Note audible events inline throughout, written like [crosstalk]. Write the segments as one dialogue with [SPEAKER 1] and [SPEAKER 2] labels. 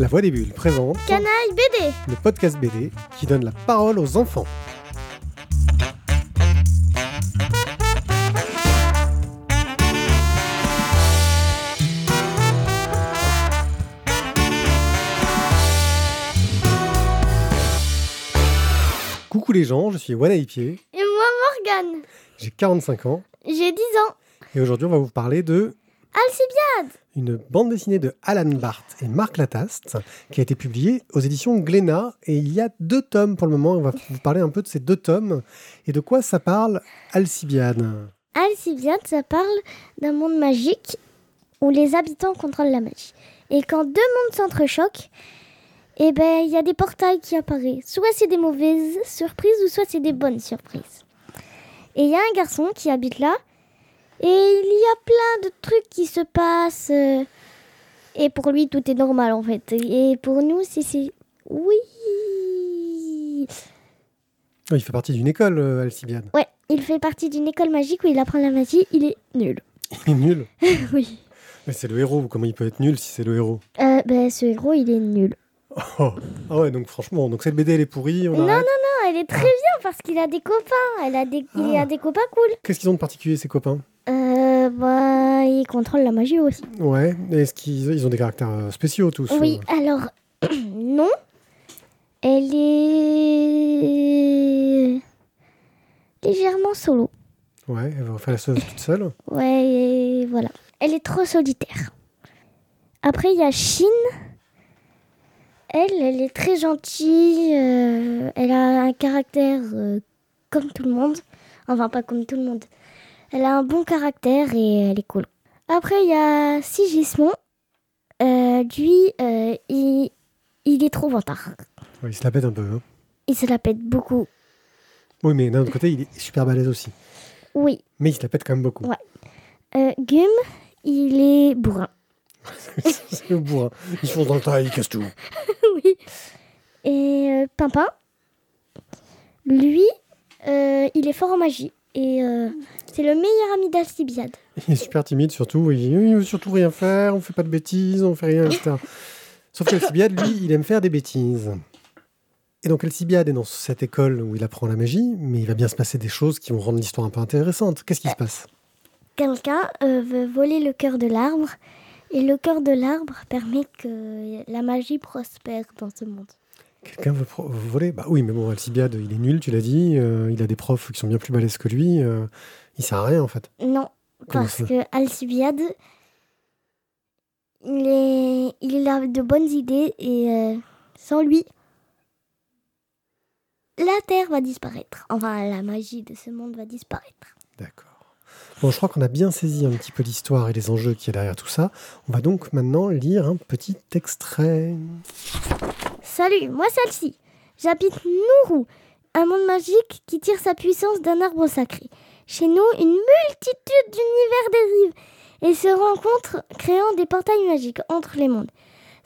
[SPEAKER 1] La Voix des Bulles présente
[SPEAKER 2] Canaille BD
[SPEAKER 1] le podcast BD qui donne la parole aux enfants. Coucou les gens, je suis Wana Pied,
[SPEAKER 2] Et moi Morgane
[SPEAKER 1] j'ai 45 ans
[SPEAKER 2] J'ai 10 ans
[SPEAKER 1] et aujourd'hui on va vous parler de
[SPEAKER 2] Alcibiade
[SPEAKER 1] une bande dessinée de Alan Barth et Marc Lataste qui a été publiée aux éditions Glénat et il y a deux tomes pour le moment. On va vous parler un peu de ces deux tomes et de quoi ça parle Alcibiade.
[SPEAKER 2] Alcibiade, ça parle d'un monde magique où les habitants contrôlent la magie. Et quand deux mondes s'entrechoquent, eh ben, il y a des portails qui apparaissent. Soit c'est des mauvaises surprises ou soit c'est des bonnes surprises. Et il y a un garçon qui habite là et il y a plein de trucs qui se passent. euh, Et pour lui, tout est normal en fait. Et pour nous, c'est... c'est- Oui
[SPEAKER 1] Oh, Il fait partie d'une école, euh, Alcibiade.
[SPEAKER 2] Ouais, il fait partie d'une école magique où il apprend la magie. Il est nul.
[SPEAKER 1] Il est nul.
[SPEAKER 2] [laughs] oui.
[SPEAKER 1] Mais c'est le héros. Comment il peut être nul si c'est le héros
[SPEAKER 2] Euh, ben, ce héros, il est nul.
[SPEAKER 1] Oh. Ah ouais, donc franchement, donc cette BD elle est pourrie. on
[SPEAKER 2] Non,
[SPEAKER 1] arrête.
[SPEAKER 2] Non, Ah, elle est très bien parce qu'il a des copains. Elle a des, Il
[SPEAKER 1] Ah.
[SPEAKER 2] a des copains cool.
[SPEAKER 1] Qu'est-ce qu'ils ont de particulier ces copains
[SPEAKER 2] Euh, bah, il contrôle la magie aussi.
[SPEAKER 1] Ouais. Est-ce qu'ils ils ont des caractères euh, spéciaux tous
[SPEAKER 2] Oui, alors, [clears throat] non. Elle est. légèrement solo.
[SPEAKER 1] euh, Ouais. Elle va faire la sauve toute seule.
[SPEAKER 2] Ouais, et voilà. Elle est trop solitaire. Après, il y a Chine. Elle, elle est très gentille. euh, elle a un caractère euh, comme tout le monde. Enfin, pas comme tout le monde. Elle a un bon caractère et elle est cool. Après, il y a Sigismond. Euh, lui, euh, il, il est trop vantard.
[SPEAKER 1] Ouais, il se la pète un peu. hein.
[SPEAKER 2] Il se la pète beaucoup.
[SPEAKER 1] Oui, mais d'un autre côté, il est super balèze aussi.
[SPEAKER 2] Oui.
[SPEAKER 1] Mais il se la pète quand même beaucoup.
[SPEAKER 2] Euh, Gum, il est bourrin.
[SPEAKER 1] [laughs] C'est le bourrin. Ils font dans le tas, ils cassent tout.
[SPEAKER 2] [laughs] oui. Et euh, Pimpin, lui, euh, il est fort en magie. Et euh, c'est le meilleur ami d'Alcibiade.
[SPEAKER 1] Il est super timide, surtout. Il il veut surtout rien faire, on fait pas de bêtises, on fait rien, etc. Sauf qu'Alcibiade, lui, il aime faire des bêtises. Et donc Alcibiade est dans cette école où il apprend la magie, mais il va bien se passer des choses qui vont rendre l'histoire un peu intéressante. Qu'est-ce qui se passe
[SPEAKER 2] Quelqu'un euh, veut voler le cœur de l'arbre. Et le cœur de l'arbre permet que la magie prospère dans ce monde.
[SPEAKER 1] Quelqu'un veut pro- veut voler Bah oui, mais bon, Alcibiade, il est nul, tu l'as dit. euh, il a des profs qui sont bien plus balèzes que lui. euh, il sert à rien, en fait.
[SPEAKER 2] Non,
[SPEAKER 1] Comment
[SPEAKER 2] parce
[SPEAKER 1] ça
[SPEAKER 2] que Alcibiade, il, est, il a de bonnes idées et euh, sans lui, la Terre va disparaître. Enfin, la magie de ce monde va disparaître.
[SPEAKER 1] D'accord. Bon, je crois qu'on a bien saisi un petit peu l'histoire et les enjeux qu'il y a derrière tout ça. On va donc maintenant lire un petit extrait.
[SPEAKER 2] Salut, moi celle-ci. J'habite Nourou, un monde magique qui tire sa puissance d'un arbre sacré. Chez nous, une multitude d'univers dérivent et se rencontrent créant des portails magiques entre les mondes.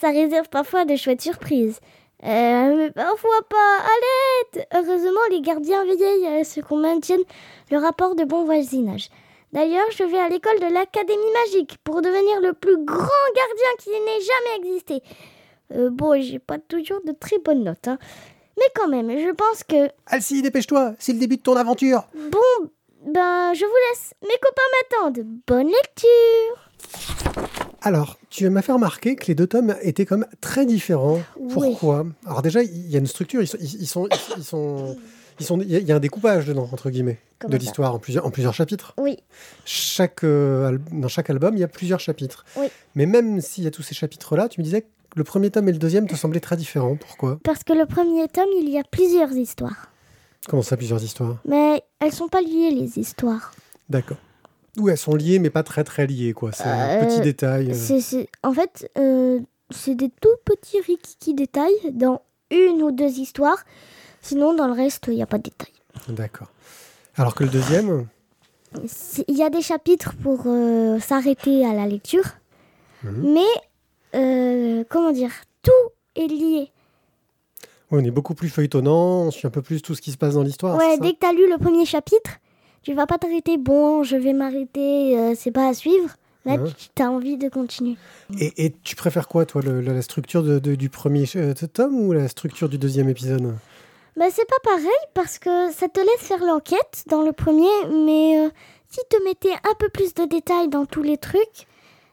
[SPEAKER 2] Ça réserve parfois de chouettes surprises. Euh, mais parfois pas. À l'aide Heureusement, les gardiens veillent à ce qu'on maintienne le rapport de bon voisinage. D'ailleurs, je vais à l'école de l'Académie magique pour devenir le plus grand gardien qui n'ait jamais existé. Euh, bon, j'ai pas toujours de très bonnes notes, hein. mais quand même, je pense que.
[SPEAKER 1] Alci, dépêche-toi, c'est le début de ton aventure.
[SPEAKER 2] Bon, ben, je vous laisse. Mes copains m'attendent. Bonne lecture
[SPEAKER 1] Alors, tu m'as fait remarquer que les deux tomes étaient comme très différents.
[SPEAKER 2] Oui.
[SPEAKER 1] Pourquoi Alors déjà, il y a une structure, ils sont, ils ils sont, ils sont, ils sont- il y a- il y a un découpage dedans entre guillemets
[SPEAKER 2] Comment
[SPEAKER 1] de
[SPEAKER 2] ça
[SPEAKER 1] l'histoire en plusieurs, en plusieurs chapitres.
[SPEAKER 2] Oui,
[SPEAKER 1] Chaque euh, al- dans chaque album, il y a plusieurs chapitres.
[SPEAKER 2] Oui.
[SPEAKER 1] Mais même s'il y a tous ces chapitres-là, tu me disais que le premier tome et le deuxième te semblaient très différents. Pourquoi
[SPEAKER 2] parce que le premier tome, il y a plusieurs histoires.
[SPEAKER 1] Comment ça, plusieurs histoires
[SPEAKER 2] Mais elles sont pas liées, les histoires.
[SPEAKER 1] D'accord. Oui, elles sont liées, mais pas très très liées, quoi. C'est un
[SPEAKER 2] Euh,
[SPEAKER 1] petit détail. euh.
[SPEAKER 2] C'est, c'est- En fait, euh, c'est des tout petits rikiki détails dans une ou deux histoires. Sinon, dans le reste, il n'y a pas de détails.
[SPEAKER 1] D'accord. Alors que le deuxième,
[SPEAKER 2] C'est- Il y a des chapitres pour euh, s'arrêter à la lecture,
[SPEAKER 1] Mhm.
[SPEAKER 2] mais euh, comment dire, tout est lié.
[SPEAKER 1] Ouais, on est beaucoup plus feuilletonnant, on suit un peu plus tout ce qui se passe dans l'histoire.
[SPEAKER 2] ouais,
[SPEAKER 1] Ah, c'est ça
[SPEAKER 2] dès que t'as lu le premier chapitre, tu vas pas t'arrêter. Bon, je vais m'arrêter, euh, c'est pas à suivre. Là,
[SPEAKER 1] Ouais.
[SPEAKER 2] tu as envie de continuer.
[SPEAKER 1] Et, et tu préfères quoi, toi, le- la, la structure de- de- du premier euh, tome ou la structure du deuxième épisode
[SPEAKER 2] Bah, c'est pas pareil parce que ça te laisse faire l'enquête dans le premier, mais euh, si te mettais un peu plus de détails dans tous les trucs,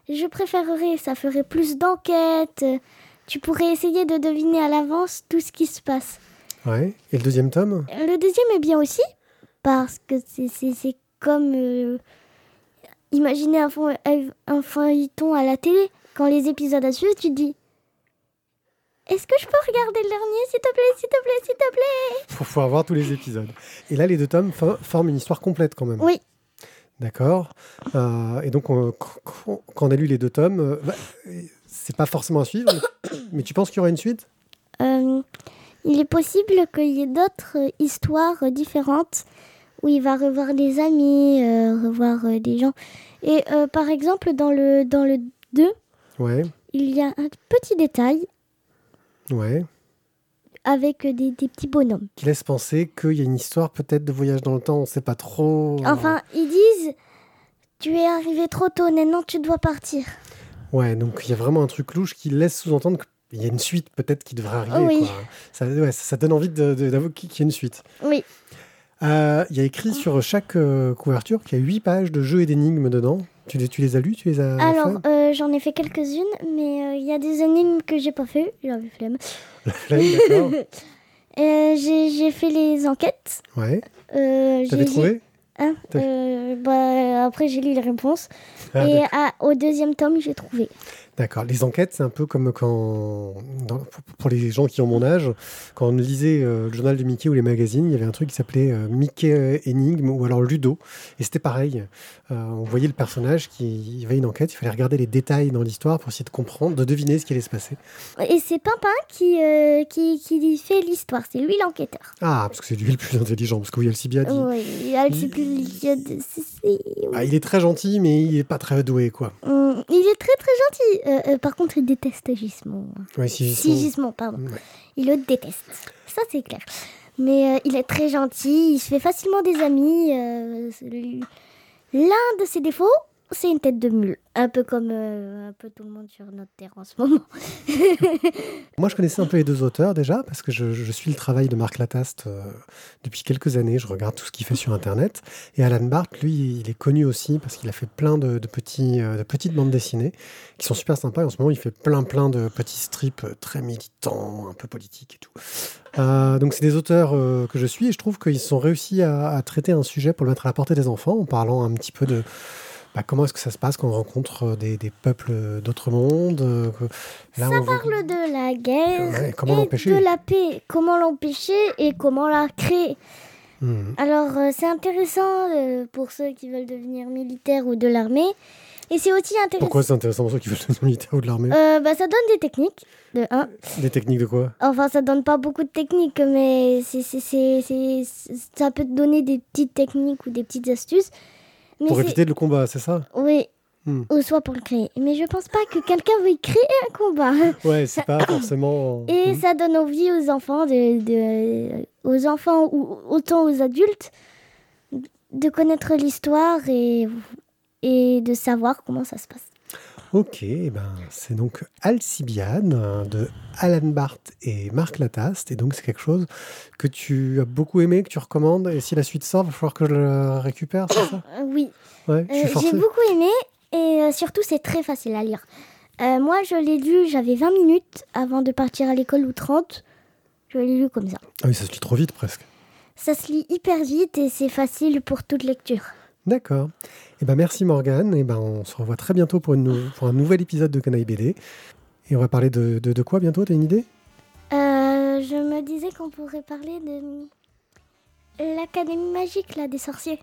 [SPEAKER 2] je préférerais, ça ferait plus d'enquête. euh, Tu pourrais essayer de deviner à l'avance tout ce qui se passe.
[SPEAKER 1] Ouais. Et le deuxième tome
[SPEAKER 2] Le deuxième est bien aussi, parce que c'est- c'est c'est comme euh, imaginer un, fon- un feuilleton à la télé. Quand les épisodes à suivre, tu te dis Est-ce que je peux regarder le dernier, s'il te plaît, s'il te plaît, s'il te plaît
[SPEAKER 1] Pour pouvoir voir tous les épisodes. Et là, les deux tomes fo- forment une histoire complète quand même.
[SPEAKER 2] Oui.
[SPEAKER 1] D'accord. Euh, et donc, on- quand on a lu les deux tomes, euh, bah, c'est pas forcément à suivre, mais- mais tu penses qu'il y aura une suite
[SPEAKER 2] Euh, Il est possible qu'il y ait d'autres euh, histoires euh, différentes où il va revoir des amis, euh, revoir euh, des gens. Et euh, par exemple, dans le, dans le 2,
[SPEAKER 1] Ouais,
[SPEAKER 2] il y a un petit détail
[SPEAKER 1] ouais.
[SPEAKER 2] avec euh, des- des petits bonhommes.
[SPEAKER 1] Qui laisse penser qu'il y a une histoire peut-être de voyage dans le temps, on sait pas trop.
[SPEAKER 2] Enfin, ils disent Tu es arrivé trop tôt, maintenant tu dois partir.
[SPEAKER 1] Ouais, donc il y a vraiment un truc louche qui laisse sous-entendre qu'il y a une suite peut-être qui devrait arriver.
[SPEAKER 2] Oui.
[SPEAKER 1] quoi. Ça, ouais, ça- ça donne envie de- de- d'avouer qu'il y a une suite.
[SPEAKER 2] Oui.
[SPEAKER 1] Euh, Il y a écrit sur chaque euh, couverture qu'il y a 8 pages de jeux et d'énigmes dedans. Tu les, tu les as lus Tu les as
[SPEAKER 2] Alors, euh, j'en ai fait quelques-unes, mais euh, il y a des énigmes que j'ai pas fait, j'avais flemme.
[SPEAKER 1] fait Là,
[SPEAKER 2] [laughs]
[SPEAKER 1] d'accord.
[SPEAKER 2] Euh, j'ai j'ai fait les enquêtes.
[SPEAKER 1] Ouais.
[SPEAKER 2] Euh, j'ai-
[SPEAKER 1] T'avais trouvé
[SPEAKER 2] hein,
[SPEAKER 1] T'as-
[SPEAKER 2] euh, bah, Après, j'ai lu les réponses.
[SPEAKER 1] Ah,
[SPEAKER 2] et à- au deuxième tome, j'ai trouvé.
[SPEAKER 1] D'accord. Les enquêtes, c'est un peu comme quand, dans- pour- pour les gens qui ont mon âge, quand on lisait euh, le journal de Mickey ou les magazines, il y avait un truc qui s'appelait euh, Mickey euh, Énigme ou alors Ludo. Et c'était pareil. Euh, on voyait le personnage qui il y avait une enquête, il fallait regarder les détails dans l'histoire pour essayer de comprendre, de deviner ce qui allait se passer.
[SPEAKER 2] Et c'est Pimpin qui, euh, qui, qui fait l'histoire, c'est lui l'enquêteur.
[SPEAKER 1] Ah, parce que c'est lui le plus intelligent, parce que oui, Alcibiade, il-
[SPEAKER 2] Oui, il a le plus- il a de- c'est- c'est-
[SPEAKER 1] ah, il est très gentil, mais il est pas très doué, quoi.
[SPEAKER 2] Hum, il est très très gentil. Euh, euh, par contre, il déteste Gismond.
[SPEAKER 1] Ouais, si-
[SPEAKER 2] Si Gismond, pardon.
[SPEAKER 1] Ouais.
[SPEAKER 2] Il le déteste. Ça, c'est clair. Mais euh, il est très gentil. Il se fait facilement des amis. euh, c'est lui- L'un de ses défauts, c'est une tête de mule. Un peu comme euh, un peu tout le monde sur notre terre en ce
[SPEAKER 1] [laughs]
[SPEAKER 2] moment.
[SPEAKER 1] Moi, je connaissais un peu les deux auteurs déjà, parce que je, je suis le travail de Marc Lataste euh, depuis quelques années. Je regarde tout ce qu'il fait sur Internet. Et Alan Barthes, lui, il est connu aussi parce qu'il a fait plein de, de petits, euh, de petites bandes dessinées qui sont super sympas. Et en ce moment, il fait plein, plein de petits strips euh, très militants, un peu politiques et tout. Euh, donc, c'est des auteurs euh, que je suis et je trouve qu'ils sont réussis à, à traiter un sujet pour le mettre à la portée des enfants en parlant un petit peu de. bah, comment est-ce que ça se passe quand on rencontre euh, des, des peuples d'autres mondes euh, que- là, on voit-
[SPEAKER 2] Parle de la guerre.
[SPEAKER 1] Ouais, comment
[SPEAKER 2] et
[SPEAKER 1] l'empêcher
[SPEAKER 2] de la paix. Comment l'empêcher et comment la créer.
[SPEAKER 1] Mhm.
[SPEAKER 2] Alors, euh, c'est intéressant euh, pour ceux qui veulent devenir militaires ou de l'armée. Et c'est aussi intéressant.
[SPEAKER 1] Pourquoi c'est intéressant pour ceux qui veulent devenir militaire ou de l'armée
[SPEAKER 2] Euh, bah, ça donne des techniques, de 1.
[SPEAKER 1] Des techniques de quoi
[SPEAKER 2] Enfin, ça donne pas beaucoup de techniques, mais c'est, c'est, c'est, c'est- c'est- ça peut te donner des petites techniques ou des petites astuces. Mais
[SPEAKER 1] Pour
[SPEAKER 2] c'est-
[SPEAKER 1] éviter le combat, c'est ça
[SPEAKER 2] Oui.
[SPEAKER 1] Hmm.
[SPEAKER 2] Ou soit pour le créer. Mais je pense pas que quelqu'un veuille créer
[SPEAKER 1] [laughs]
[SPEAKER 2] un combat.
[SPEAKER 1] Ouais, c'est pas forcément.
[SPEAKER 2] Et
[SPEAKER 1] Mhm.
[SPEAKER 2] ça donne envie aux enfants, de, de- aux enfants ou autant aux adultes, de connaître l'histoire et, et de savoir comment ça se passe.
[SPEAKER 1] Ok, eh ben, c'est donc Alcibiade hein, de Alan Barth et Marc Lataste. Et donc, c'est quelque chose que tu as beaucoup aimé, que tu recommandes. Et si la suite sort, il va falloir que je le récupère, c'est
[SPEAKER 2] [coughs]
[SPEAKER 1] ça
[SPEAKER 2] Euh, oui.
[SPEAKER 1] Ouais, je
[SPEAKER 2] Euh,
[SPEAKER 1] suis
[SPEAKER 2] J'ai
[SPEAKER 1] forcé.
[SPEAKER 2] beaucoup aimé et euh, surtout c'est très facile à lire. Euh, moi je l'ai lu, j'avais 20 minutes avant de partir à l'école ou 30. Je l'ai lu comme ça.
[SPEAKER 1] Ah oui, ça se lit trop vite presque.
[SPEAKER 2] Ça se lit hyper vite et c'est facile pour toute lecture.
[SPEAKER 1] D'accord. Eh ben, merci Morgane. Eh ben, on se revoit très bientôt pour, une nou- pour un nouvel épisode de Canaille BD. Et on va parler de, de, de quoi bientôt T'as une idée
[SPEAKER 2] Euh, je me disais qu'on pourrait parler de l'Académie magique là des sorciers.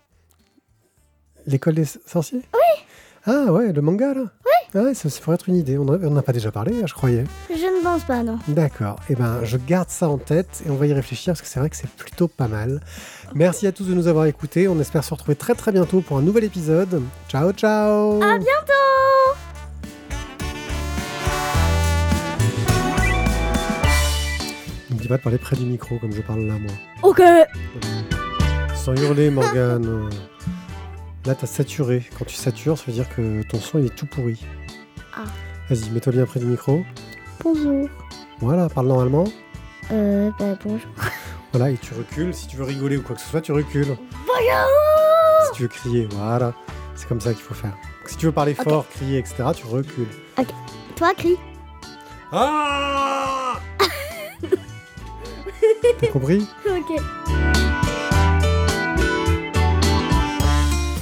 [SPEAKER 1] L'école des sorciers Oui. Ah ouais, le manga là Oui. Ouais, ça, ça pourrait être une idée. On n'en a pas déjà parlé, hein, je croyais.
[SPEAKER 2] Je ne pense pas non.
[SPEAKER 1] D'accord. Eh ben, je garde ça en tête et on va y réfléchir parce que c'est vrai que c'est plutôt pas mal. Merci à tous de nous avoir écoutés. On espère se retrouver très très bientôt pour un nouvel épisode. Ciao, ciao
[SPEAKER 2] À bientôt.
[SPEAKER 1] N'oublie pas de parler près du micro comme je parle là, moi.
[SPEAKER 2] Ok.
[SPEAKER 1] Sans hurler, Morgane. euh, Là, t'as saturé. Quand tu satures, ça veut dire que ton son, il est tout pourri.
[SPEAKER 2] Ah.
[SPEAKER 1] Vas-y, mets-toi bien près du micro.
[SPEAKER 2] Bonjour.
[SPEAKER 1] Voilà, parle normalement.
[SPEAKER 2] Euh, bah bonjour.
[SPEAKER 1] Voilà, et tu recules. Si tu veux rigoler ou quoi que ce soit, tu recules.
[SPEAKER 2] Bonjour
[SPEAKER 1] Si tu veux crier, voilà. C'est comme ça qu'il faut faire. Donc, si tu veux parler
[SPEAKER 2] Ok.
[SPEAKER 1] fort, crier, etc., tu recules.
[SPEAKER 2] Toi, crie.
[SPEAKER 1] Ah T'as compris
[SPEAKER 2] Ok.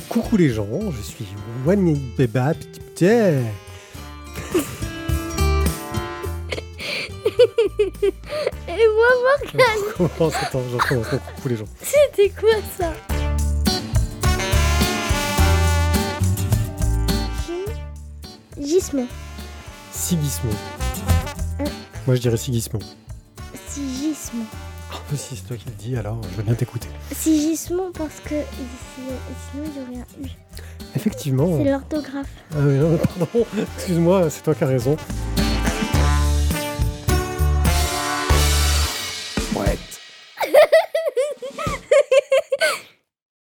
[SPEAKER 1] Coucou les gens, je suis Wani Beba
[SPEAKER 2] [laughs]
[SPEAKER 1] Petit Petit.
[SPEAKER 2] Et moi,
[SPEAKER 1] Je recommence, attends, je recommence. Donc, Coucou les gens.
[SPEAKER 2] c'était quoi ça Gismond.
[SPEAKER 1] Sigismond. Moi, je dirais Sigismond.
[SPEAKER 2] Sigismond.
[SPEAKER 1] Oh, si c'est toi qui le dis, alors je veux bien t'écouter.
[SPEAKER 2] Sigismond parce que ici- sinon il y aurait un U.
[SPEAKER 1] Effectivement.
[SPEAKER 2] C'est l'orthographe.
[SPEAKER 1] Ah oui, non, mais pardon, [laughs] excuse-moi, c'est toi qui as raison. Ouais.